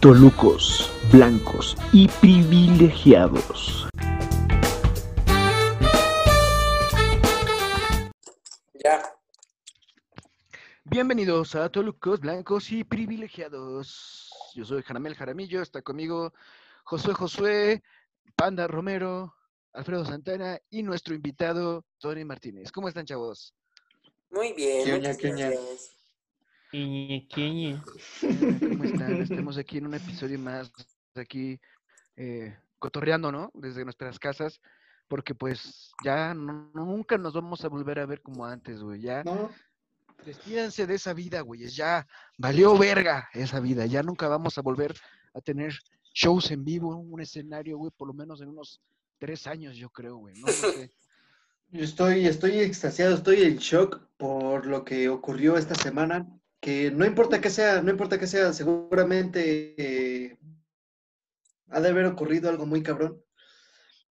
Tolucos, blancos y privilegiados. Ya. Bienvenidos a Tolucos, blancos y privilegiados. Yo soy Jaramel Jaramillo, está conmigo Josué Josué, Panda Romero, Alfredo Santana y nuestro invitado Tony Martínez. ¿Cómo están, chavos? Muy bien. ¿Qué oña, muchas qué oña? gracias. Iñiquiñi. ¿Cómo están? Estamos aquí en un episodio más, aquí eh, cotorreando, ¿no? Desde nuestras casas, porque pues ya no- nunca nos vamos a volver a ver como antes, güey. Ya No, despídanse de esa vida, güeyes. Ya valió verga esa vida. Ya nunca vamos a volver a tener shows en vivo, un escenario, güey, por lo menos en unos tres años, yo creo, güey. No, no sé. yo estoy, estoy extasiado, estoy en shock por lo que ocurrió esta semana. Que no importa que sea, no importa que sea, seguramente eh, ha de haber ocurrido algo muy cabrón.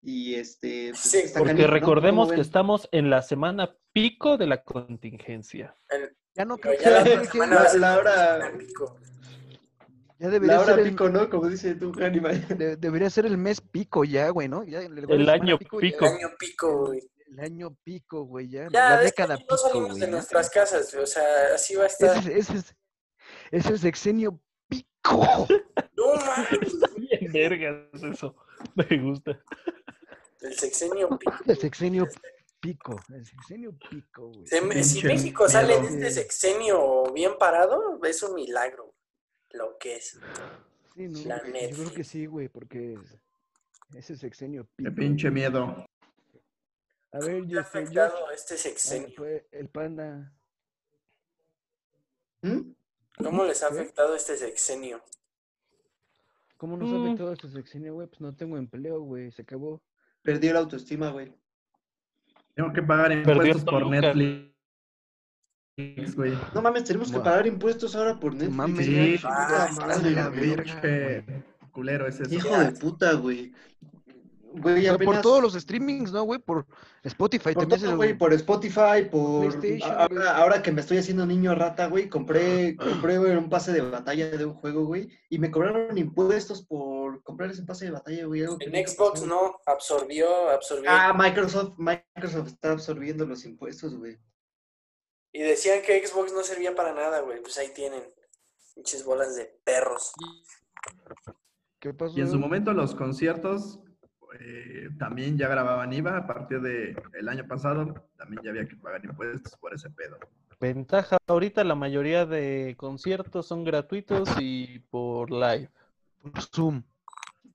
Y este. pues, Sí, está Porque canijo, ¿no? recordemos ¿Cómo que ven? estamos en la semana pico de la contingencia. El- Ya no creo pero que ya la ya, otra que- semana va a ser la hora- semana pico. debería La hora ser el, pico, ¿no? Como dice tú, Hannibal. de- debería ser el mes pico ya, güey, ¿no? Ya, el, El la semana ya- año El pico. año pico, güey. El año pico, güey, ya. Ya, la de década este año no pico, salimos güey. de ¿no? nuestras casas, güey, o sea, así va a Ese estar. es, ese es- es el sexenio pico. No mames, Bien vergas eso. Me gusta. el sexenio pico. El sexenio pico. El sexenio pico, güey. Se me- si Pinche México sale de miedo. este sexenio bien parado, es un milagro, lo que es. Sí, no, La yo- neta. Yo creo que sí, güey, porque es- ese sexenio Qué pico. pinche miedo. A ¿Te ha ver, yo sé, yo- afectado este Ah, sexenio? fue el panda. ¿Mm? ¿Cómo les ha ¿Qué? afectado este sexenio? ¿Cómo nos ha Mm. afectado este sexenio, güey? Pues no tengo empleo, güey. Se acabó. Perdió la autoestima, güey. Tengo que pagar Perdió impuestos por Toluca. Netflix, güey. No mames, tenemos que Guau. pagar impuestos ahora por Netflix. mames, Sí, ya. Ah, Puta madre, la güey. verga, pinche culero es eso. Hijo de puta, güey. Güey, Pero apenas... por todos los streamings, ¿no, güey? Por Spotify Por también se todo, lo- güey, por Spotify, por... PlayStation, güey. Ahora, ahora que me estoy haciendo niño rata, güey, compré, Ah. compré güey, un pase de batalla de un juego, güey, y me cobraron impuestos por comprar ese pase de batalla, güey. algo que En nunca Xbox pasó. no, absorbió, absorbió. Ah, Microsoft, Microsoft está absorbiendo los impuestos, güey. Y decían que Xbox no servía para nada, güey. Pues ahí tienen. Pinches bolas de perros. ¿Qué pasó? Y en su momento los conciertos eh, también ya grababan IVA a partir del año pasado. También ya había que pagar impuestos por ese pedo. Ventaja, ahorita la mayoría de conciertos son gratuitos y por live. Por Zoom.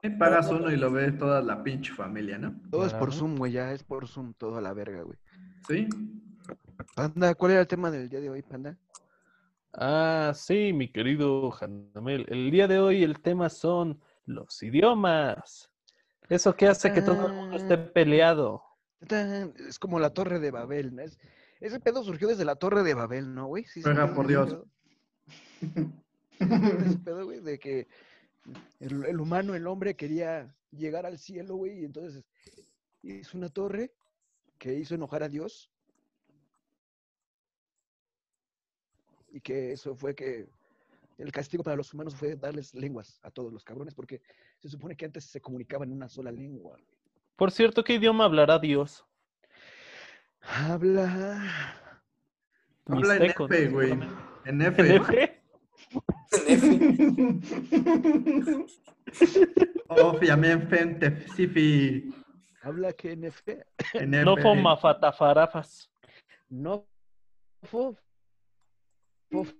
Y pagas uno y lo ve toda la pinche familia, ¿no? Todo es por Claro. Zoom, güey. Ya es por Zoom. Todo a la verga, güey. Sí. Panda, ¿cuál era el tema del día de hoy, Panda? Ah, sí, mi querido Janamel. El día de hoy el tema son los idiomas. Eso que hace que todo el mundo esté Mm. Ah. peleado. Tan, Es como la Torre de Babel. ¿no? Es- ese pedo surgió desde la Torre de Babel, ¿no, güey? Sí, surgió Ruega por ese Dios. pedo. Sí, surgió Ese pedo, güey, de que el, el humano, el hombre, quería llegar al cielo, güey, y entonces hizo una torre que hizo enojar a Dios. Y que eso fue que el castigo para los humanos fue darles lenguas a todos los cabrones, porque se supone que antes se comunicaban en una sola lengua. Por cierto, ¿qué idioma hablará Dios? Habla. Habla en Mixteco, F, ¿no? güey. Seguramente. En F. ¿En F? Obviamente, Sifi. Habla que NF. En F. No foma fatafarafas. No. Fof. Fof.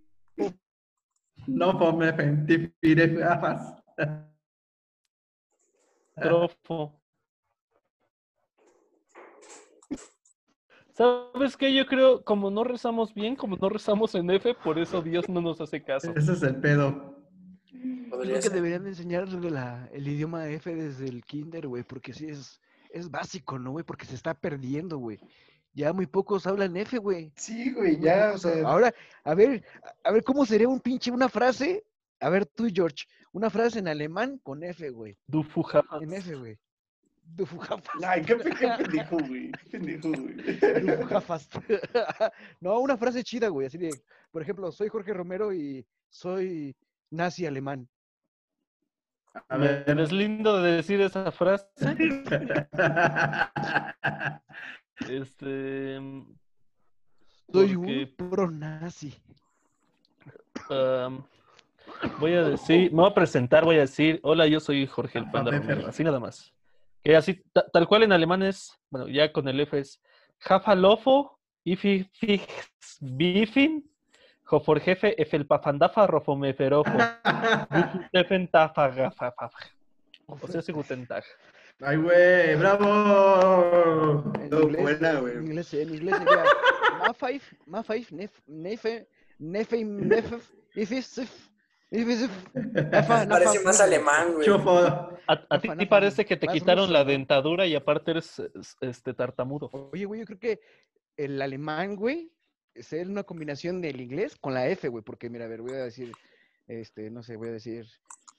No fome, Sifi. gafas. Trofo. ¿Sabes qué? Yo creo, como no rezamos bien, como no rezamos en F, por eso Dios no nos hace caso. Ese es el pedo. Podría Creo que ser. deberían de enseñar la- el idioma F desde el kinder, güey, porque sí es, es básico, ¿no, güey? Porque se está perdiendo, güey. Ya muy pocos hablan F, güey. Sí, güey, Muy ya, o pocos. sea... Ahora, a ver, a- a ver, ¿cómo sería un pinche, una frase? A ver, tú, George, una frase en alemán con F, güey. Du fuja. En F, güey. Du Fugafas. Ay, qué pe- qué pendejo, güey. qué pendejo, güey. Du Fugafas. No, una frase chida, güey. Así de, por ejemplo, soy Jorge Romero y soy nazi alemán. A Me ver. deslindo de decir esa frase. Este. Soy porque, un pro nazi. am, voy a decir, me voy a presentar, voy a decir: Hola, yo soy Jorge el Ah, Panda me Romero. ferra. Así nada más. Que así, ta- tal cual en alemán es, bueno, ya con el F es Jafalofo, Ifi, Fix, Bifin, Joforjefe, Efelpafandafa, Rofomeferofo, Gutentafagafafa. O sea, sí, Guten Tag. ¡Ay, güey! ¡Bravo! En No, inglés, buena, güey. en inglés, en inglés sería Mafife, Mafife, Nef- Nefe, Nefe, Nefef, Ifisif, Ifisif, Nafa, Nafa, Parece más Nafa. alemán, güey. Chufo. A, a ti Nafa, te nafa, parece que te más quitaron ruso, la ¿no? dentadura y aparte eres es- este tartamudo. Oye, güey, yo creo que el alemán, güey, es el- una combinación del inglés con la F, güey, porque mira, a ver, voy a decir, este, no sé, voy a decir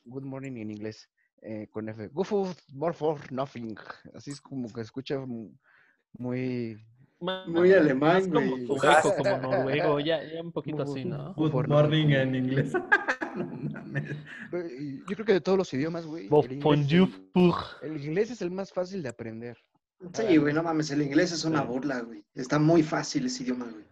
good morning en inglés eh, con F. Go for, more for nothing. Así es como que escucha mu- muy... Muy alemán, Es como güey. sueco, Ah. como noruego, ya, ya un poquito así, ¿no? Good Por- morning en inglés. No mames. Pero, y Yo creo que de todos los idiomas, güey, Bo- el inglés es el- bonjour. el inglés es el más fácil de aprender. Sí, güey, no mames, el inglés es una Sí. burla, güey. Está muy fácil ese idioma, güey.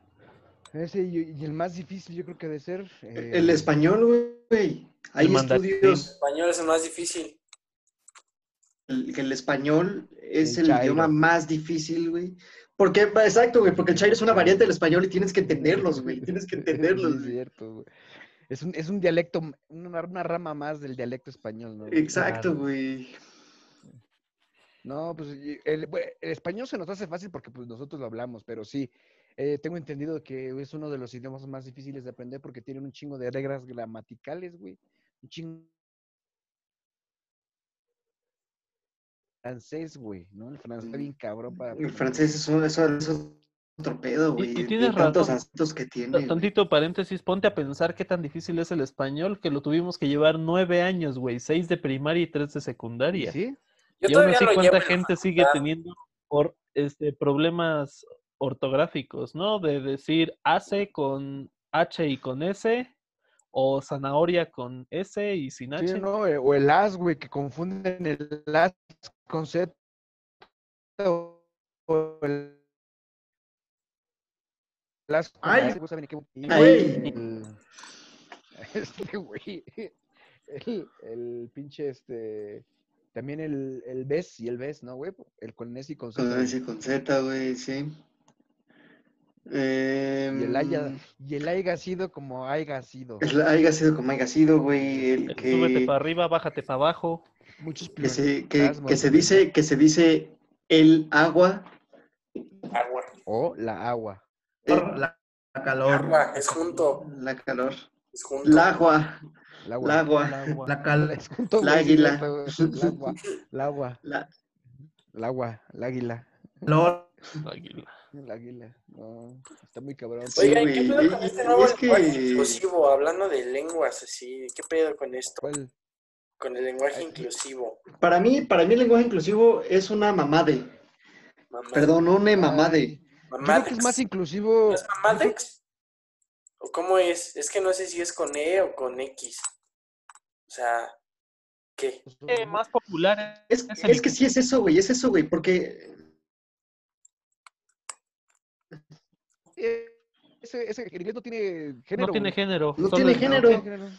Ese y, y el más difícil yo creo que ha de ser. eh, El español, güey. Hay El mandarín. estudios Español es el más difícil. el- que el español es El el, chairo. idioma más difícil, güey. Porque, exacto, güey, porque el chairo es una variante del español y tienes que entenderlos, güey. Tienes que sí, entenderlos, es güey. cierto, güey. Es un, es un dialecto, m- una, una rama más del dialecto español, ¿no? güey? Exacto, Claro. güey. No, pues y el, bue- el español se nos hace fácil porque pues nosotros lo hablamos, pero sí, eh, tengo entendido que es uno de los idiomas más difíciles de aprender porque tienen un chingo de reglas gramaticales, güey. Un chingo. Francés, güey, ¿no? El francés está Mm. bien cabrón para. El aprender. francés es, un, eso, eso es otro pedo, Y- y güey. de tienes tantos razón. acentos que tiene. Ta- güey. Tantito paréntesis, ponte a pensar qué tan difícil es el español que lo tuvimos que llevar nueve años, güey, seis de primaria y tres de ¿Y secundaria. ¿Sí? Yo y aún todavía así, lo llevo. ¿cuánta en la gente sigue facultad. teniendo or- este, problemas ortográficos, ¿no? De decir hace con H y con S, o zanahoria con S y sin H. Sí, no, eh, o el as, güey, que confunden el as con Z o o el el as con Ay, S, güey, saben en qué- y, ay. güey, el- Este güey, el, el pinche este, también el, el bes y el bes, ¿no, güey? El con S y con Z. Con güey. S, con Z, güey, sí. Y el haya, haya y el haya sido como haya sido. Em, El haya sido como haya sido, güey. El El que... Súbete para arriba, bájate para abajo. Muchos que se, que, pleonasmos, que se güey, dice que se dice el agua Agua. O la agua. La, la calor. Agua, es junto. eh, la calor Es junto. el agua El agua. El agua. El agua. La cal. Es junto, La güey, sí, águila. cierto, güey. El agua, el agua, la, el agua, el águila. calor. Águila. El águila. No, está muy cabrón. Sí, Oye, Oigan, ¿qué güey, pedo con y- este y- nuevo es que- lenguaje inclusivo? Hablando de lenguas, así, ¿qué pedo con esto? ¿cuál? Con el lenguaje Ay. inclusivo. para mí para mí el lenguaje inclusivo es una mamade Mamá- perdón una Ay, mamade yo creo que es mamadex. más inclusivo. ¿No es mamadex? ¿O cómo es? Es que no sé si es con E o con X. O sea, ¿qué? Eh, más popular es, es el es que sí es eso güey es eso güey porque Eh, Ese, ese el inglés no tiene género. no tiene güey. género. No solo tiene es- género.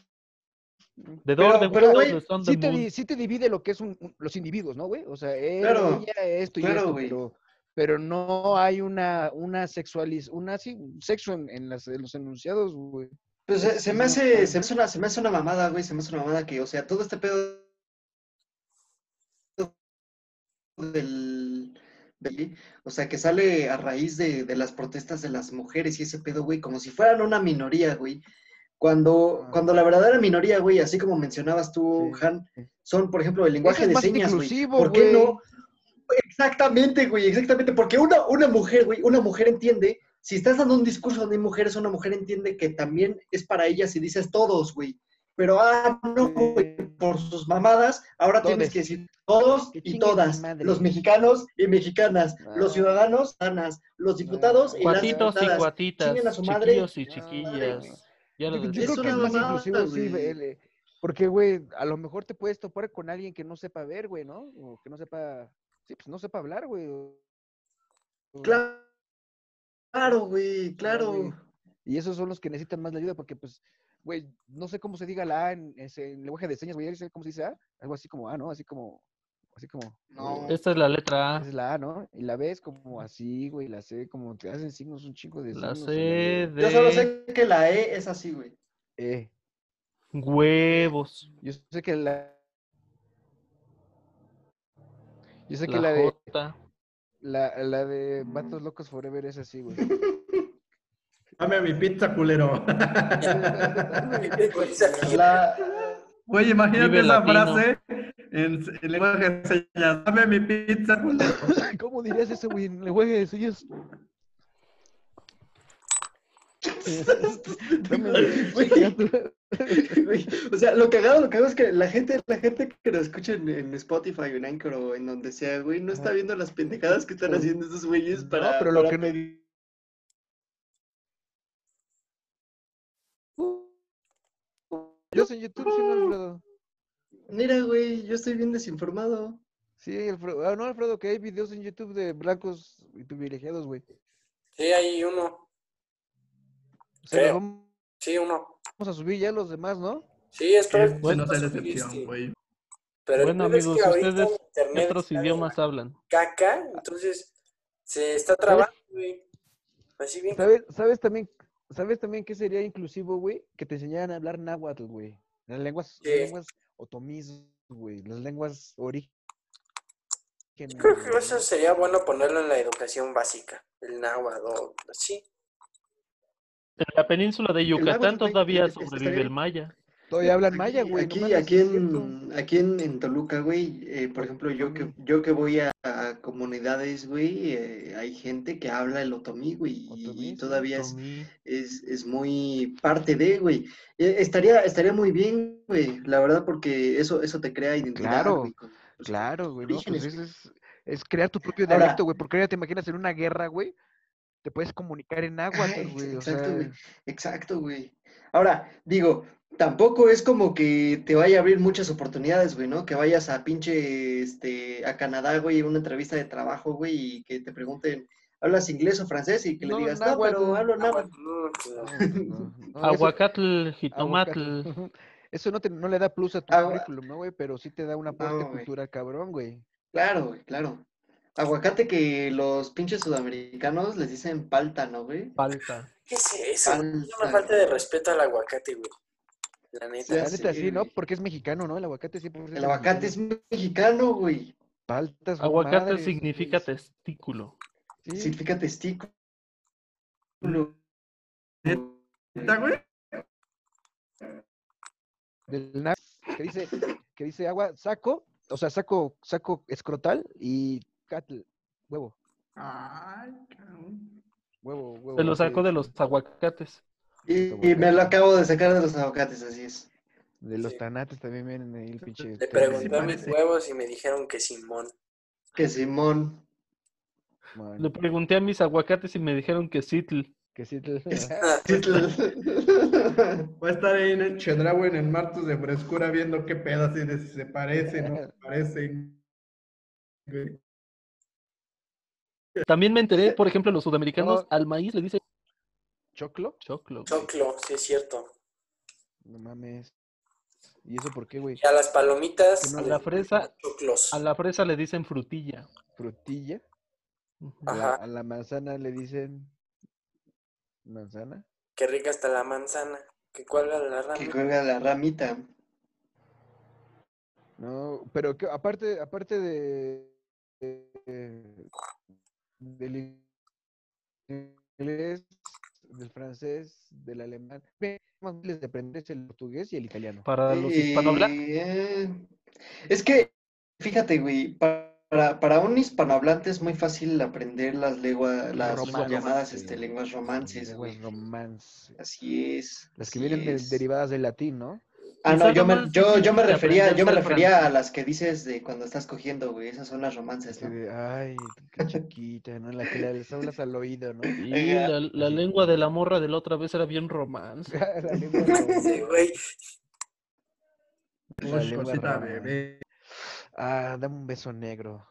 The Pero- Door, The pero, Windows, güey, The Sun, The Sí te, Moon. di- sí te divide lo que es un, un- los individuos, ¿no, güey? O sea, él, Claro, ella, esto y claro, esto, güey. pero, pero no hay una, una sexualiz, una sí, un sexo en, en las, en los enunciados, güey. pues, se, se me hace se me hace una se me hace una mamada güey se me hace una mamada que o sea todo este pedo del, del- o sea, que sale a raíz de, de las protestas de las mujeres y ese pedo, güey, como si fueran una minoría, güey. Cuando, Ah. cuando la verdadera minoría, güey, así como mencionabas tú, Sí. Pues Han, son, por ejemplo, el lenguaje es de más señas, güey. inclusivo, ¿Por qué güey. no? Exactamente, güey, exactamente. Porque una, una mujer, güey, una mujer entiende, si estás dando un discurso donde hay mujeres, una mujer entiende que también es para ellas y dices todos, güey. Pero, ah, no, güey, por sus mamadas, ahora tienes Todes. que decir todos Que y chinguen su todas, madre. los mexicanos y mexicanas, No. los ciudadanos, ciudadanas, los diputados y las Cuatitos y diputadas. cuatitas, Chinguen a su madre. chiquillos y No, chiquillas. Ya Yo, lo yo decía. creo que es una más mamada, inclusivo, sí, güey. el, Porque, güey, a lo mejor te puedes topar con alguien que no sepa ver, güey, ¿no? O que no sepa. Sí, pues no sepa hablar, güey. o- o- Claro, claro, güey, güey. claro. Y esos son los que necesitan más la ayuda, porque, pues, güey, no sé cómo se diga la A en, ese- en lenguaje de señas, güey, sé cómo se dice A, algo así como A, ¿no? Así como, así como. No. eh, Esta es la letra A. esa es la A, ¿no? Y la B es como así, güey, la C, como te hacen signos, un chingo de La signos. C en lenguaje. de Yo solo sé que la E es así, güey. Eh, huevos. yo sé que la. Yo sé que la la de, J. la, la de Vatos Locos Forever es así, güey. Dame mi pizza, culero. La, Güey, imagínate Vive esa latino. frase en, en lenguaje de señas. Dame mi pizza, culero. ¿Cómo dirías eso, güey, en lenguaje de señas? Güey, O sea, lo cagado, lo cagado es que la gente, la gente que nos escucha en, en Spotify o en Anchor o en donde sea, güey, no está Ajá. viendo las pendejadas que están haciendo esos güeyes para. no, pero lo para que no Yo en YouTube, sí, no, Alfredo. Mira, güey, yo estoy bien desinformado. Sí, Alfredo. Ah, no, Alfredo, que hay videos en YouTube de blancos y privilegiados, güey. Sí, hay uno. O sea, los Creo. vamos Sí, uno. a subir ya los demás, ¿no? Sí, espero Que bueno, no sea pues, subir decepción, este. güey. Pero el Bueno, pedo es que amigos, ahorita ustedes, el internet ¿Qué otros está bien idiomas hablan? Caca, entonces se está trabando, güey. Así bien. ¿Sabes, sabes también, sabes también qué sería inclusivo, güey? Que te enseñaran a hablar náhuatl, güey. Las lenguas, las Sí. lenguas otomís, güey. Las lenguas orígenes. Creo que eso sería bueno ponerlo en la educación básica, el náhuatl o así. En la península de Yucatán náhuatl, güey, todavía es- estaría sobrevive el bien. maya. Todavía hablan Aquí- maya, güey. no Aquí, mames, aquí, sí es cierto. en, aquí en, en Toluca, güey, eh, por ejemplo, yo que, yo que voy a, a comunidades, güey, eh, hay gente que habla el otomí, güey, y- Otomí, sí, y todavía es, Tomí. es, es muy parte de, güey. Eh, Estaría, estaría muy bien, güey, la verdad, porque eso, eso te crea identidad. Claro, güey, con- pues, Claro, güey, ¿no? Pues orígenes, es, es- es crear tu propio Ahora- dialecto, güey, porque ahora te imaginas en una guerra, güey, te puedes comunicar en agua, Ajá, ex- güey, o sea, exacto, güey. Exacto, güey. Ahora, digo, tampoco es como que te vaya a abrir muchas oportunidades, güey, ¿no? Que vayas a pinche, este, a Canadá, güey, en una entrevista de trabajo, güey, y que te pregunten, ¿hablas inglés o francés? Y que No, le digas, no, náhuatl, pero hablo náhuatl. No, pues no. no, no, eso- Aguacatl, aguacate. jitomatl. Eso no, te, no le da plus a tu Agua- currículum, ¿no, güey? Pero sí te da un aporte No, güey. cultural cabrón, güey. Claro, güey, claro. Aguacate que los pinches sudamericanos les dicen palta, ¿no, güey? Falta. ¿Qué es eso? güey? Es una falta Palta. de respeto al aguacate, güey. La neta. La Ya neta sé, sí, ¿no? güey. Porque es mexicano, ¿no? El aguacate siempre El aguacate es mexicano, güey. Paltas, Aguacate madres, güey, significa sí, testículo. Significa testículo. ¿Neta, güey? del na- que dice, que dice agua, saco, o sea, saco, saco escrotal y catl, huevo, Ay, cabrón. huevo, huevo. Se lo así sacó de los aguacates. Y, y me lo acabo de sacar de los aguacates, así es. De los Sí. tanates también vienen ahí el pinche. Le tema, pregunté a mis parece. huevos y me dijeron que Simón. Que Simón. man, Le pregunté a mis aguacates y me dijeron que Sitl. que sí te- Ah, Va a estar ahí en el Chedraui en el martes de frescura viendo qué pedas y de si se parecen, no se parecen. güey. También me enteré, por ejemplo, los sudamericanos No. al maíz le dicen ¿Choclo? choclo. güey. Choclo, sí es cierto. No mames. ¿Y eso por qué, güey? Y a las palomitas. Que no, les la dicen fresa- Choclos. A la fresa le dicen frutilla. ¿Frutilla? Ujú. A la- Ajá. a la manzana le dicen. ¿Manzana? Qué rica está la manzana. Que cuelga de la que rama. cuelga la ramita. No, pero que, aparte, aparte de, de- del inglés, del francés, del alemán, ve, más les de aprender es el portugués y el italiano. Para los Eh, hispanohablantes. es que, fíjate, güey, pa- para, para un hispanohablante es muy fácil aprender las, legua- las Ah, Romances, llamadas sí. este, lenguas romances, güey. Lenguas romance. Así es. Las que así vienen de- es. derivadas del latín, ¿no? Ah, no, Quizás yo lo me, más yo, yo me difícil de refería, yo me aprenderse al refería a las que dices de cuando estás cogiendo, güey. Esas son las romances, Así ¿no? de, ay, qué chiquita, ¿no? La que le- les hablas al oído, ¿no? Y Ajá. la, la lengua de la morra de la otra vez era bien romance. La lengua de- Sí, güey. La Ush, lengua cosita rara. bebé. Ah, dame un beso negro.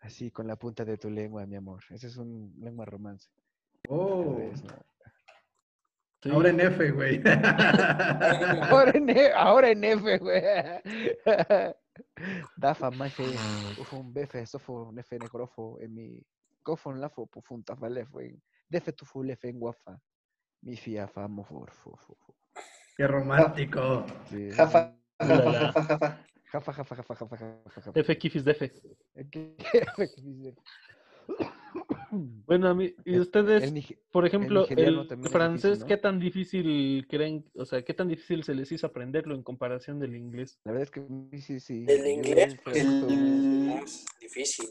Así, con la punta de tu lengua, mi amor. Ese es un lengua romance. Oh, Pues, no. Sí. ahora en F, güey. Ahora en, E- ahora en F, güey. Dafa, maje, Ah. un befe, sofo, un F necrofo, en mi cofon lafo, pufun tafalef, güey. Defe tu fulefe en guafa. Mi fiafa, mofor, fofo. Qué romántico. Sí. Jafa, Ulala. jafa, jafa, jafa. Jafa, jafa, jafa, jafa, jafa, jafa. F, Kifis de F. ¿Qué- qué dice? Bueno, a mí- y ustedes, El nige- por ejemplo, el, nigeriano también es francés, difícil, ¿no? ¿qué tan difícil creen, o sea, qué tan difícil se les hizo aprenderlo en comparación del inglés? La verdad es que a mí sí, sí. Del yo inglés, pues, pregunto, El- más difícil.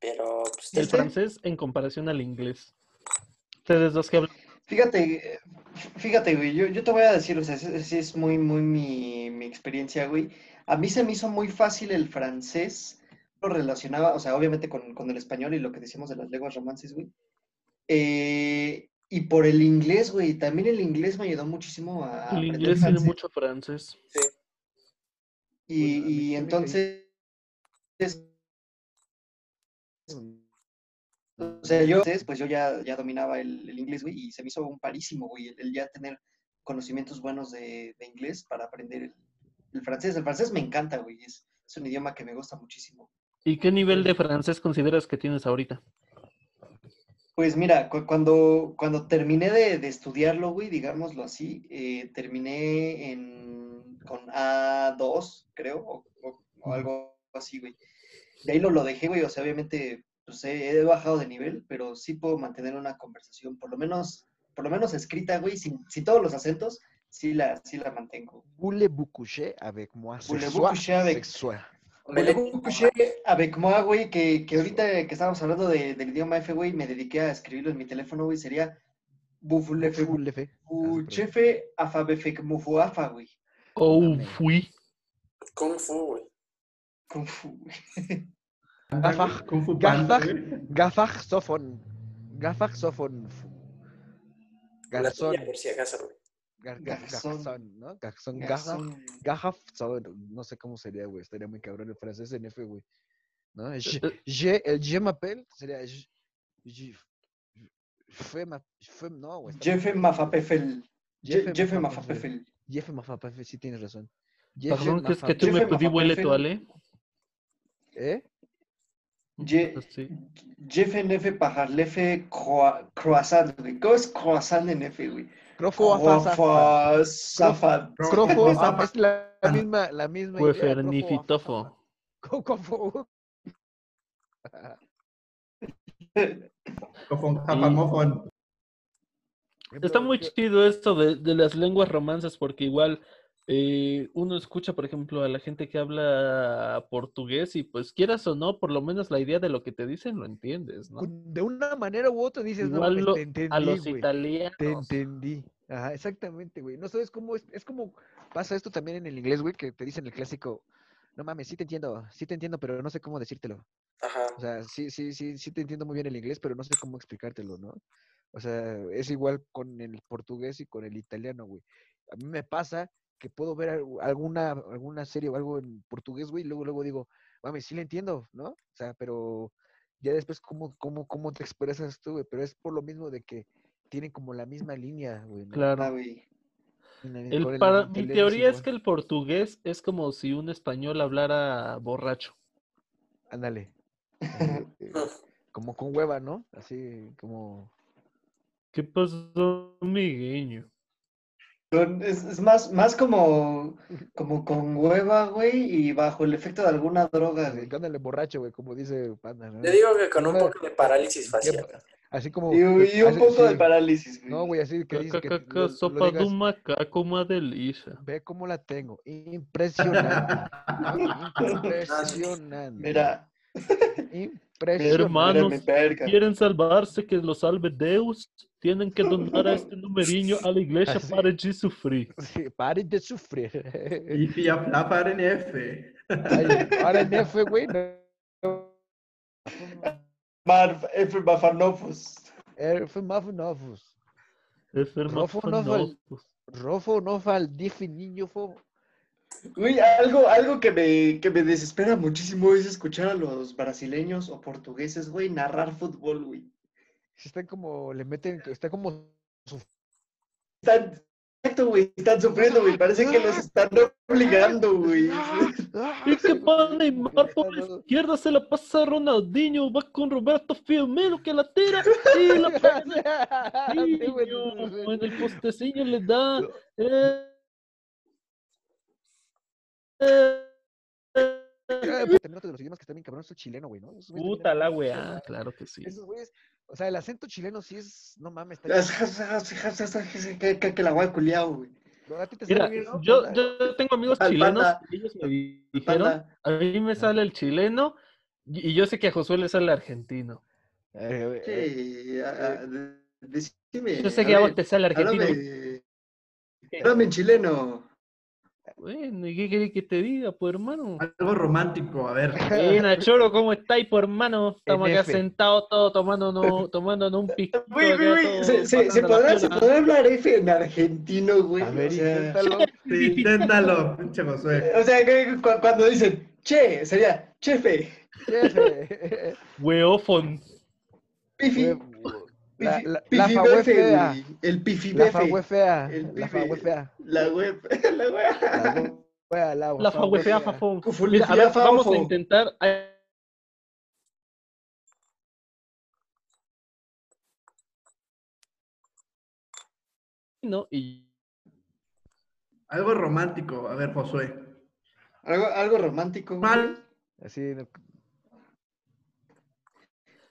Pero, pues, Sí, El sí. francés en comparación al inglés. Ustedes dos que hablan. Fíjate, eh, fíjate, güey, yo, yo te voy a decir, o sea, sí sí es muy, muy mi, mi experiencia, güey. A mí se me hizo muy fácil el francés, lo relacionaba, o sea, obviamente con, con el español y lo que decimos de las lenguas romances, güey. Eh, y por el inglés, güey, también el inglés me ayudó muchísimo a El aprender inglés tiene Ah, francés. mucho francés. sí. Bueno, Y, a mí y sí me entonces, o sea, yo, pues yo ya, ya dominaba el, el inglés, güey, y se me hizo un parísimo, güey, el, el ya tener conocimientos buenos de, de inglés para aprender el, el francés. El francés me encanta, güey, es, es un idioma que me gusta muchísimo. ¿Y qué nivel de francés consideras que tienes ahorita? Pues mira, cu- cuando, cuando terminé de, de estudiarlo, güey, digámoslo así, eh, terminé en, con A2, creo, o, o- o algo así, güey. De ahí lo, lo dejé, güey, o sea, obviamente, pues he, he bajado de nivel, pero sí puedo mantener una conversación, por lo menos, por lo menos escrita, güey, sin, sin todos los acentos, sí la, sí la mantengo. Voulez-vous coucher avec moi ce Voulez-vous soir? coucher avec- Ce soir. Me Pues escuché a Becmoa, güey, que, que ahorita que estábamos hablando de- del idioma F, güey, me dediqué a escribirlo en mi teléfono, güey, sería... Bufulefe, Voulez-vous- U- Chefe afabefec mufuafa, güey. Oh, Ándale. fui. Kung Fu, güey. Kung fu, güey. Gafaj, Kung Fu Panda, gafaj, güey. gafaj sofon. Gafaj sofon. fu. La Garzón. tuya, por si acaso, güey. gar- gar- Garzón. Garzón, ¿no? Garzón, gafaj. Garzón. Gafaj, sofon, no sé cómo sería, güey. Estaría muy cabrón el francés en F, güey. ¿No? Je, eh. je- el je m'appelle sería je, je, fe ma- fe- no, güey. Pues está muy Jefe cabrón, güey. mafapefel. Je- Jefe Jefe mafapefel. mafapefel. Jefe Mafapafe, ah, sí tienes razón. Jefe Perdón, ¿crees que Mafapafe, tú me Jefe pedí Mafapefe. huele tu ale? ¿eh? Je- Sí. Jefe nefe pajarlefe croa- croissant, güey. ¿Cómo es croissant en F, güey? Crofo afasafa. Wafa, zafa. Crofo Wafa. afa- es la la misma, la misma idea. crofo afasafa. Huefernifitofo. Co- cofo- Cofón, japamofón. Está muy chido esto de, de las lenguas romances, porque igual eh, uno escucha, por ejemplo, a la gente que habla portugués y pues quieras o no, por lo menos la idea de lo que te dicen lo entiendes, ¿no? De una manera u otra dices, no, Igual mames, lo- te entendí, A los güey. Te italianos. entendí. Ajá, exactamente, güey. No sabes cómo es, es como pasa esto también en el inglés, güey, que te dicen el clásico, no mames, sí te entiendo, sí te entiendo, pero no sé cómo decírtelo. Ajá. O sea, sí, sí, sí, sí te entiendo muy bien el inglés, pero no sé cómo explicártelo, ¿no? O sea, es igual con el portugués y con el italiano, güey. A mí me pasa que puedo ver al- alguna, alguna serie o algo en portugués, güey, y luego, luego digo, mami, sí le entiendo, ¿no? O sea, pero ya después, ¿cómo, cómo, cómo te expresas tú, güey? Pero es por lo mismo de que tienen como la misma línea, güey. ¿no? Ah, Claro. güey. En el- El con el para- mi italiano teoría es igual. que el portugués es como si un español hablara borracho. Ándale. Así, eh, como con hueva, ¿no? Así como... ¿Qué pasó, migueño? Con- Es, es más, más como, como con hueva, güey, y bajo el efecto de alguna droga, Así, güey. ándale borracho, güey, como dice Panda, ¿no? Te digo que con un Una- poco de parálisis facial. pa- Así como. Y, y un así- poco de pues, ah, sí. parálisis, güey. No, güey, así que dices que. Cacacaca, lo- lo sopa de digas, un macaco, una delicia. Ve cómo la tengo. Impresionante. ¿no? Impresionante. Mira, Impresionante. mira Hermano. Manos. mi perca. Quieren salvarse, que los salve Deus. Tienen que donar a este numerinho a la iglesia Así. para de sufrir. Sí, paren de sufrir. Eh. Y Fia Flapar en F. Ay, ahora en F, güey. no. Mar, F. Bafanofus. F mafunofus. Enferma Rofo no fal- fanofos. Rofo no fal difinillo fo. Güey, algo, algo que, me, que me desespera muchísimo es escuchar a los brasileños o portugueses, güey, narrar fútbol, güey. Si están como, le meten, está como Están, exacto, güey, están sufriendo, güey. Parece que los están obligando, güey. Ah, Es que para Neymar por la izquierda se la pasa a Ronaldinho, va con Roberto Firmino que la tira y la pasa Ah, en el postecillo le da. eh, eh, Ah, pues, también otro de los idiomas que también cabrón es el chileno, güey, ¿no? Esos güeyes también Puta la hablan- weá, claro que sí. Esos güeyes, o sea, el acento chileno sí es, no mames, está Las jas- jas- jas- jas- jas- que- que- que la guay culiao, güey. chido. A ti te Mira, sale bien, ¿no? yo, yo tengo amigos Al chilenos, panda. y ellos me di- dijeron, Panda, a mí me sale el chileno y y yo sé que a Josué le sale el argentino. Eh, eh, sí, a- a- de- decime. Yo sé a que a vos ver, te sale argentino. háblame- háblame en chileno. Bueno, ¿y qué querés que te diga, pues hermano? Algo romántico, a ver. Eh, Nachoro, ¿cómo estáis, pues hermano? Estamos acá NF. sentados todos tomándonos, tomándonos un pisco. Güey, güey, acá, güey, todos se, se- se pasándola podrá, piola. se podrá hablar F en argentino, güey. A ver, o sea, inténtalo. Sí, inténtalo, pinche Josué. o sea, que cu- cuando dicen, che, sería chefe, Jefe. Hueofon. pifi, Güey, Eh, La, pifi- la, la fa güey fea. pifibefe, güey, el La fa güey pifibefe, fea. El La fa güey pibe. fea. la web, la La web. güey fea, la La fa güey fea. fahuefea, fafón. Cuful- Mira, a ver, fafafo. vamos a intentar. No, y Algo romántico, a ver, Josué. Algo, algo romántico, güey, Mal. Así, en-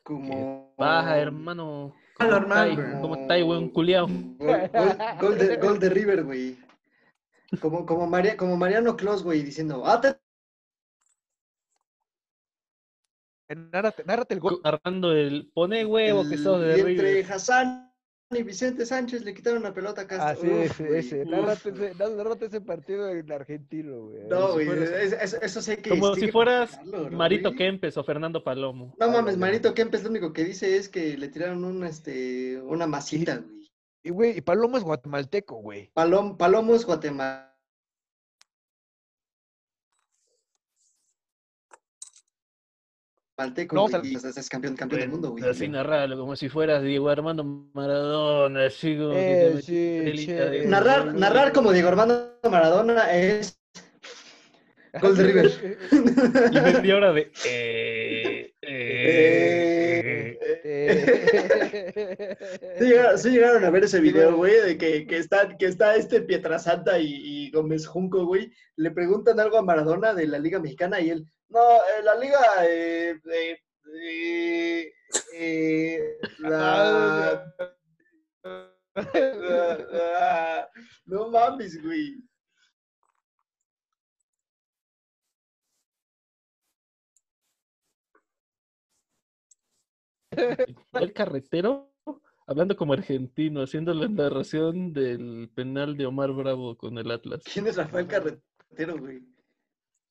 como... baja, hermano. Mal, ¿Cómo normal, estáis? güey. ¿Cómo estáis, weón culiao? Gol, gol- gol de, gol de River, güey. Como, como, Maria- como Mariano Clos, güey, diciendo, ah, te- nárrate, nárrate el gol. Agarrando el. Pone huevo que el- sos de y entre River. Hassan y Vicente Sánchez le quitaron la pelota a Castro. Así Uf, es, güey, ese. pues, uf. Nárrate ese, nárrate ese partido en argentino, güey. No, güey, Fueras- es- es- eso sé que... Como sí si que fueras platicarlo, ¿no, Marito güey? Kempes o Fernando Palomo. No mames, Marito Kempes lo único que dice es que le tiraron un, este, una masita, güey. Y, güey, y Palomo es guatemalteco, güey. Palom, Palomos, Guatemala. Malteco, No, güey, o sea, y, o sea, es campeón, campeón del mundo, güey. Así narrarlo, como si fueras Diego Armando Maradona, así como que Eh, te metiste sí, telita che. de- Narrar, narrar como Diego Armando Maradona es Gol de River. Y media hora de. eh, eh, Eh. Sí llegaron, sí llegaron a ver ese video, güey, de que, que, está, que está este Pietrasanta y, y Gómez Junco, güey. Le preguntan algo a Maradona de la Liga Mexicana y él, no, eh, la Liga, eh, eh, eh, eh, la- la- la- No mames, güey. El carretero hablando como argentino, haciendo la narración del penal de Omar Bravo con el Atlas. ¿Quién es Rafael Carretero, güey?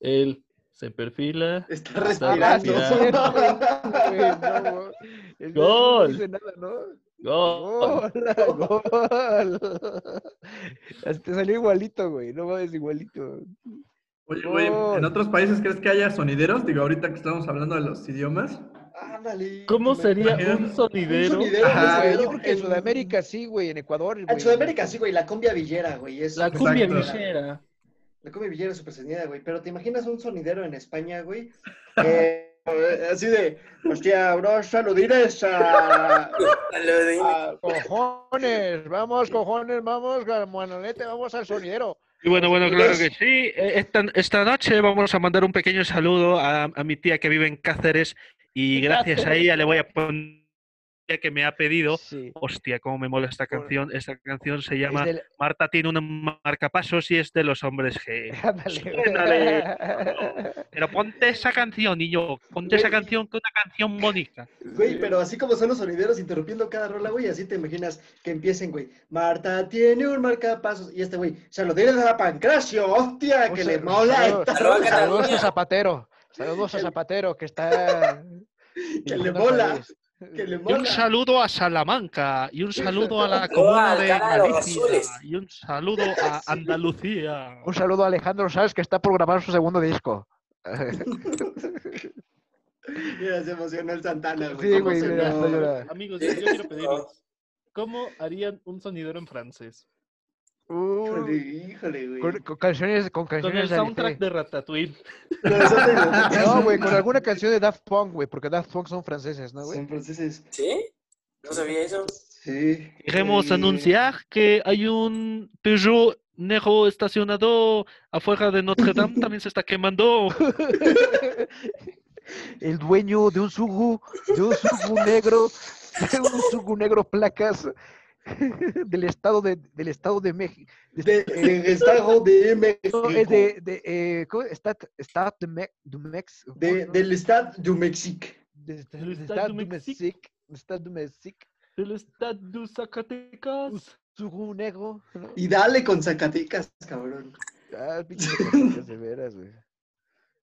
Él se perfila. Está Está respirando. Güey, no, güey. El Diego No Gol. dice nada, ¿no? ¡Gol! Gol, gol. Hasta Te salió igualito, güey. No mames, igualito. Oye, güey, ¿en otros países crees que haya sonideros? Digo, ahorita que estamos hablando de los idiomas. Ándale, ¿Cómo me- sería imagino. un sonidero? Un sonidero, Ajá. güey, Güey, yo creo que en Ah, en- Sudamérica sí, güey. En Ecuador, güey. Ah, En Sudamérica sí, güey, la cumbia villera, güey. Es La súper cumbia sonidera. villera. La cumbia villera es súper sonidera, güey. Pero te imaginas un sonidero en España, güey. que, eh, así de, hostia, bro, saludines a... Saludín. Ah, a- Cojones, vamos, cojones, vamos, manolete, vamos al sonidero. Y bueno, bueno, Pues claro que sí. E, Esta, noche vamos a mandar un pequeño saludo a, mi tía que vive en Cáceres y gracias a ella le voy a poner que me ha pedido. Sí. Hostia, cómo me mola esta Bueno. canción. Esta canción se Es llama del- Marta tiene un marcapasos y es de los hombres G. Ándale, güey. Suénale. Pero ponte esa canción, niño. Ponte esa Güey. canción, que es una canción bonita. Güey, pero así como son los sonideros interrumpiendo cada rola, güey, así te imaginas que empiecen, güey. Marta tiene un marcapasos. Y este, güey, saludines a Pancracio, hostia, que Un le sa- mola saludo- esta Saludos a rola. Saludos a Zapatero. Saludos a Zapatero que está. Que le dibujando mola. paredes. Que le Y un mola. saludo a Salamanca, y un saludo a la comuna de Alcalá de los Galicia, Azules. y un saludo a Andalucía. Un saludo a Alejandro Sanz, que está por grabar su segundo disco. Mira, se emocionó el Santana, güey. Sí, ¿Cómo güey, se mira, no? está llorando. Amigos, yo quiero pedirles, ¿cómo harían un sonidero en francés? Uh, Híjole, híjole, güey. con, con canciones, con Con canciones el de soundtrack Alisei. de Ratatouille. Pero eso te digo, No, güey, con alguna canción de Daft Punk, güey, porque Daft Punk son franceses, ¿no, güey? Son franceses. ¿Sí? No sabía eso. Sí. Queremos Eh, anunciar que hay un Peugeot negro estacionado afuera de Notre Dame, también se está quemando. El dueño de un sugu, de un sugu negro, de un sugu negro placas del estado de, del estado de México. De, de Estado de México. es de, de eh, ¿cómo? Stat, Stat de Me- de Mex. ¿cómo de- no? del Estado de México. de, de- del de Estado Estado de de Mexic. Mexic, Estado de Mexic, Del estado de Zacatecas. sugu negro. ¿no? Y dale con Zacatecas, cabrón. Ah, pinche Zacatecas, de veras, güey.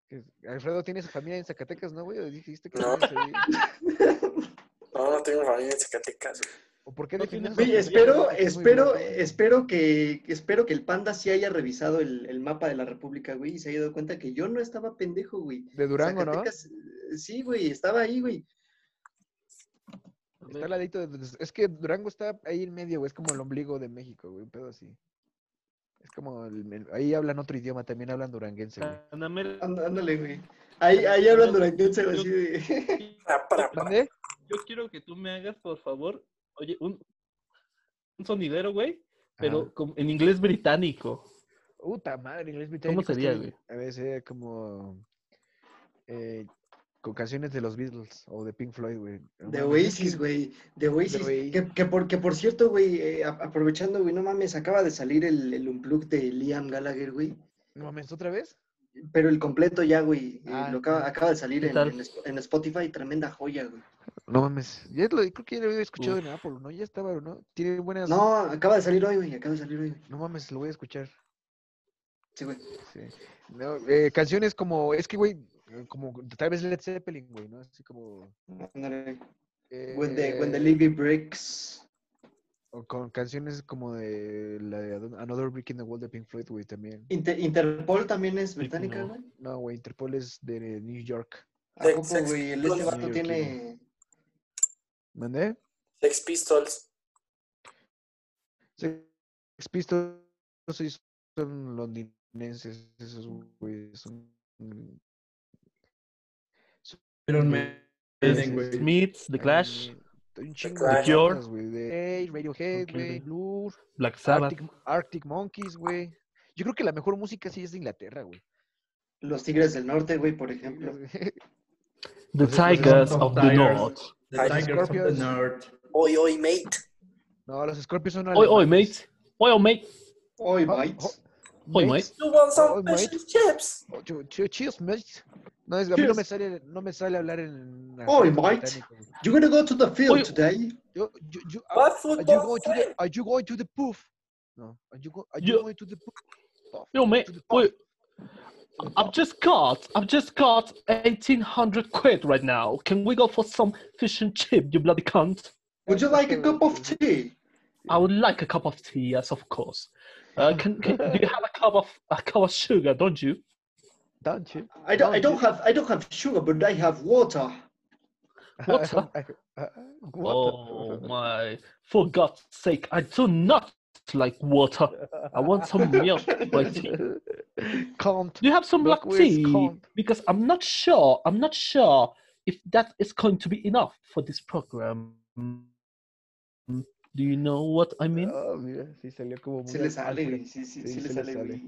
Que- Alfredo tiene su familia en Zacatecas, ¿no, güey? ¿O dijiste que No. tenías ahí? No, no tengo familia en Zacatecas. güey. ¿O por qué No defines a tiene- Güey, tu espero, familia? eh, Es muy espero, blanco, güey. espero que, espero que el panda sí haya revisado el, el mapa de la República, güey, y se haya dado cuenta que yo no estaba pendejo, güey. De Durango, ¿no? Zacatecas, eh, Sí, güey, estaba ahí, güey. Está al ladito de- Es que Durango está ahí en medio, güey. Es como el ombligo de México, güey. Un pedo así. Es como... el- el- ahí hablan otro idioma. También hablan duranguense, güey. Ah, Panamera. And- Ándale, güey. Ahí, ahí hablan durante un así de... Para, Ah, para, para. ¿Dónde? Yo quiero que tú me hagas, por favor, oye, un, un sonidero, güey, pero con- en inglés británico. Puta madre, inglés ¿Cómo británico. está sería, bien- güey? A ver, sería como... eh, con canciones de los Beatles o de Pink Floyd, güey. No De mames, es Oasis, que- güey. De Oasis. Oasis. Que, que por, que por cierto, güey, eh, a- aprovechando, güey, no mames, acaba de salir el, el unplug de Liam Gallagher, güey. No mames, ¿otra vez? Pero el completo ya, güey. eh, Ah, lo acaba, acaba de salir ¿Qué en, tal? en Sp- en Spotify. Tremenda joya, güey. No mames. Ya lo, creo que ya lo había escuchado en Apple, ¿no? Ya estaba, ¿no? Tiene buenas... No, acaba de salir hoy, güey. Acaba de salir hoy, güey. No mames, lo voy a escuchar. Sí, güey. Sí. No, eh, canciones como, es que, güey, eh, como tal vez Led Zeppelin, güey, ¿no? Así como... Ándale. eh, When the, when the Levy Breaks. o con canciones como de la de Ano- Another Brick in the Wall de Pink Floyd, güey, también. Inter- Interpol también es británica, no. güey. No, güey, Interpol es de New York. ¿A Sex- poco, Sex güey? El Pistols. este vato Neoyorquino. tiene... ¿Mandé? Sex Pistols. Sex Pistols sí son londinenses, esos güeyes son... Iron Maiden, güey. Smiths, Ah, The Clash, Ay, Eh, Un chingo Clash. The de Cure. bandas, güey, de Hey, Radiohead, Ok, güey, güey. Blur, Black Sabbath. Arctic, Arctic Monkeys, güey. Yo creo que la mejor música sí es de Inglaterra, güey. Los Tigres del Norte, güey, por ejemplo. The Pues Tigers of the North. The Ay, Tigers of the Scorpions. North. Hoy, hoy, mate. No, los Scorpions son Hoy, hoy, alemanes. mate. Hoy, mate. Hoy, Oh, Bites. Hoy, Mates. mate. You want some Hoy, mate. special chips? Oh, yo- yo- Cheers, mate. No, es, a mí no Cheers. me, sale, no me sale hablar en... Oi, acento mate. británico, güey. You're gonna go to the field Oye. today. Yo, yo, yo, are, What are you football going to the, friend? are you going to the poof? No, are you, go, are you Yo- going to the poof? Yo, mate. To the pub. Hoy. I've just got, I've just got 1800 quid right now. Can we go for some fish and chip, you bloody cunt? Would Este you like a cup of tea? I would like a cup of tea, yes, of course. Uh, can, can do you have a cup of a cup of sugar? Don't you? Don't you? I don't, I don't have I don't have sugar, but I have water. What? I- I- what? Oh my! For God's sake, I do not like water. I want some milk for my tea. Do Can't. you have some black Milk with tea? corn. Because I'm not sure. I'm not sure if that is going to be enough for this program. Do you know what I mean? Uh, Oh, mira, sí salió como Sí muy le sale, Alfred. güey. Sí, sí, sí, Sí, sí le le sale, sale. güey.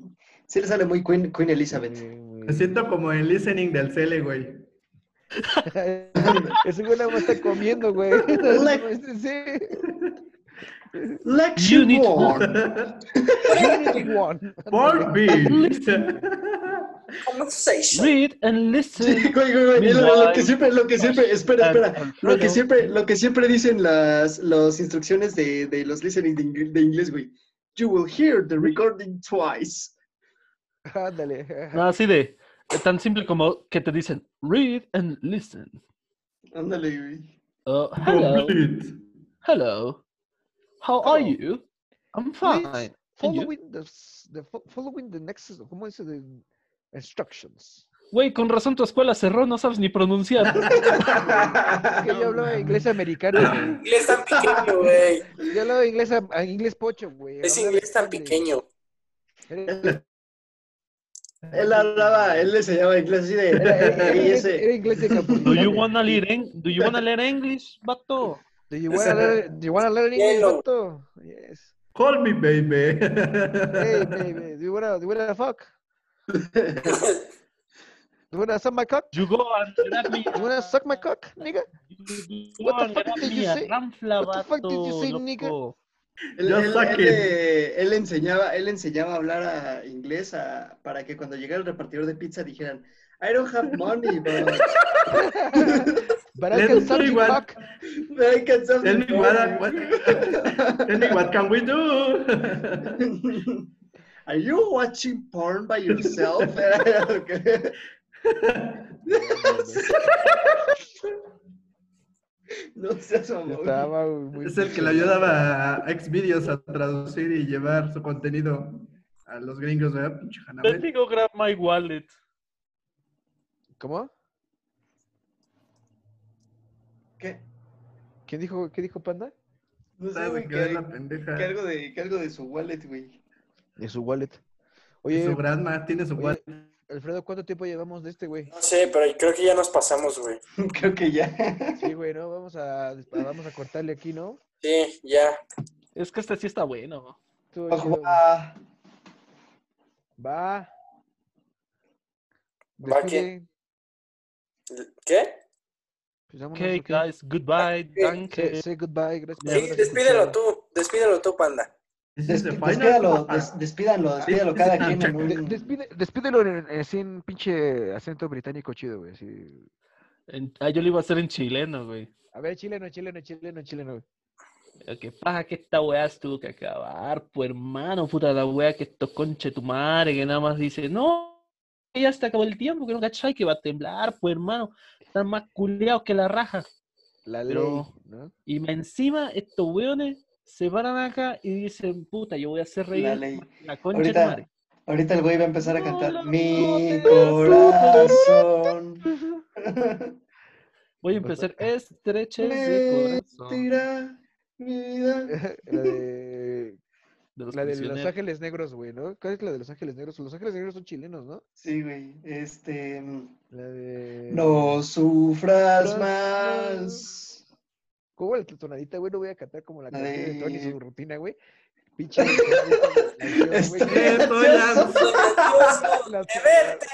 Sí le sale muy Queen, Queen Elizabeth. Sí, muy- Me siento como en listening del Cele, güey. Ese güey nada más está comiendo, güey. Like- sí. Like You you need born. Unity One. Por Bill. Conversation. Read and Sí, listen. güey, güey, güey, es Lo lo que siempre, lo que siempre, Ah, espera, espera. And Lo que Alfredo. siempre, lo que siempre dicen las, las instrucciones de, de los listening de, ingl- de inglés, güey. You will hear the recording twice. Ándale. No, así de tan simple como que te dicen read and listen. Ándale, güey. Uh, hello. Complete. Hello. How are Hello. you? I'm Please, fine. And you? Following the, s- the fo- following the next, ¿cómo dice? The instructions. Güey, con razón tu escuela cerró, no sabes ni pronunciar. Que yo hablaba inglés americano, güey. Inglés tan pequeño, güey. Yo hablaba inglés, am- ah, inglés pocho, güey. Es Hablaba inglés tan inglés. pequeño. Era, Él hablaba, él le enseñaba inglés así de. "Eh, era- era "Ey, inglés, ese". era inglés de Do you Campo. wanna learn, Eng- do you wanna learn English, vato? Do you wanna learn, do you wanna learn English, Yellow. vato? Yes. Call me, baby. Hey, baby, do you wanna, do you wanna fuck? Do you wanna suck my cock? You go and grab me. You wanna suck my cock, nigga? You go What the and fuck grab did me you a say? ranfla, What the fuck did you vato, say, nigga? loco. Él, Ya él- saquen. él, eh, él enseñaba, él enseñaba a hablar a inglés a- para que cuando llegara el repartidor de pizza dijeran, I don't have money, but, But I Let's can suck do your what- cock. but I can sell Tell this me what, money." what, tell me what can we do? Are you watching porn by yourself? Era lo que- no seas mamón. Estaba muy- es el que le ayudaba a Xvideos a traducir y llevar su contenido a los gringos, ¿verdad? Pinche Let Hanabel. me go grab my wallet. ¿Cómo? ¿Qué? ¿Quién dijo, qué dijo Panda? No sé, Se güey, quedó que, la pendeja. que algo de, que algo de su wallet, güey. De su wallet. Y Oye, Su grandma tiene su oye, guante. Alfredo, ¿cuánto tiempo llevamos de este, güey? No sé, pero creo que ya nos pasamos, güey. Creo que ya. Sí, güey, ¿no? Vamos a, a- vamos a cortarle aquí, ¿no? Sí, ya. Es que este sí está bueno. Estuvo chido, güey. Ah, Va. Va, ¿qué? Despide. ¿Qué? Pues vámonos, Okay, ¿ok? guys, goodbye. Say, Danke. say goodbye. Gracias por Sí, habernos despídelo escuchado. tú, despídelo tú, panda. This is des- the despídalo, final. des- despídanlo, despídalo cada quien. en De- un- despide- despídelo en, en- así en pinche acento británico chido, güey. así. En- ah, yo lo iba a hacer en chileno, güey. A ver, chileno, chileno, chileno, chileno. güey. Que pasa que esta weá se tuvo que acabar, pues hermano, puta la weá que esto conche tu madre, que nada más dice, no, que ya se acabó el tiempo, que no cachai, que va a temblar, pues hermano, están más culeados que la raja. La ley, Pero- ¿no? Y más encima estos weones se paran acá y dicen, puta, yo voy a hacer reír La la, ley. concha de tu Ahorita- madre. Ahorita el güey va a empezar a No cantar. lo Mi notes. corazón. Voy a empezar estreches Me de corazón. Eh, tira mi vida. la de, De los la de Los prisioneros. Ángeles Negros, güey, ¿no? ¿Cuál es la de Los Ángeles Negros? Los Ángeles Negros son chilenos, ¿no? Sí, güey. Este. La de... No sufras Sufras más. ¿Cómo la tonadita, güey? No voy a cantar como la La canción de Tony de- su rutina, güey. Pinche. canción, güey, Estoy que- ansioso. Ansioso la- de verte.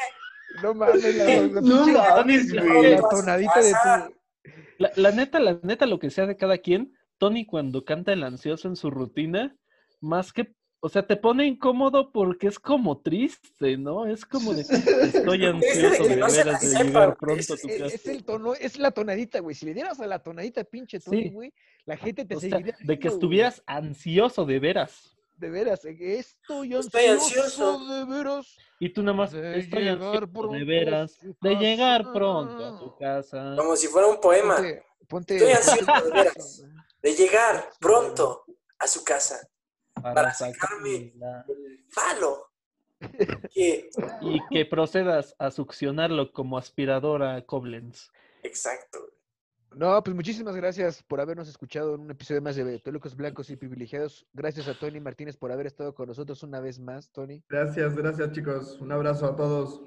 No mames, la, la No pinche- mames, la güey. tonadita de Ajá. tu. La, la neta, la neta, lo que sea de cada quien, Tony cuando canta el ansioso en su rutina, más que, o sea, te pone incómodo porque es como triste, ¿no? Es como de, estoy Triste de ansioso que de no se la veras de sepa, llegar güey. pronto a tu Es, casa. eh, es el tono, es la tonadita, güey. Si le dieras a la tonadita, pinche Tony, Sí. güey, la gente te O sea, seguiría. de que viendo, güey. estuvieras ansioso de veras. De veras, eh, estoy ansioso. Estoy De veras. Y tú nada más, De estoy llegar ansioso pronto a de veras su de llegar casa". pronto a tu casa. Como si fuera un poema. Ponte, ponte. Estoy ansioso, de veras. güey. De llegar pronto a su casa. para sacarme. la- El falo. Que, Y que procedas a succionarlo como aspiradora Koblenz. exacto. No, pues muchísimas gracias por habernos escuchado en un episodio más de Teólogos Blancos y Privilegiados. Gracias a Tony Martínez por haber estado con nosotros una vez más, Tony. Gracias, gracias, chicos. Un abrazo a todos.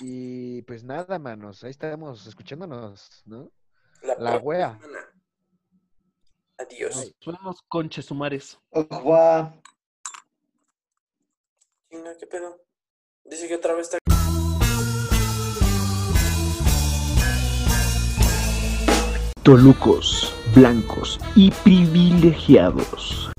Y pues nada, manos, ahí estamos escuchándonos, ¿no? La, La próxima wea. semana. Adiós. Nos vemos, conches sumares. Ojua. Chinga, ¿Qué pedo? Dice que otra vez está Tolucos, blancos y privilegiados.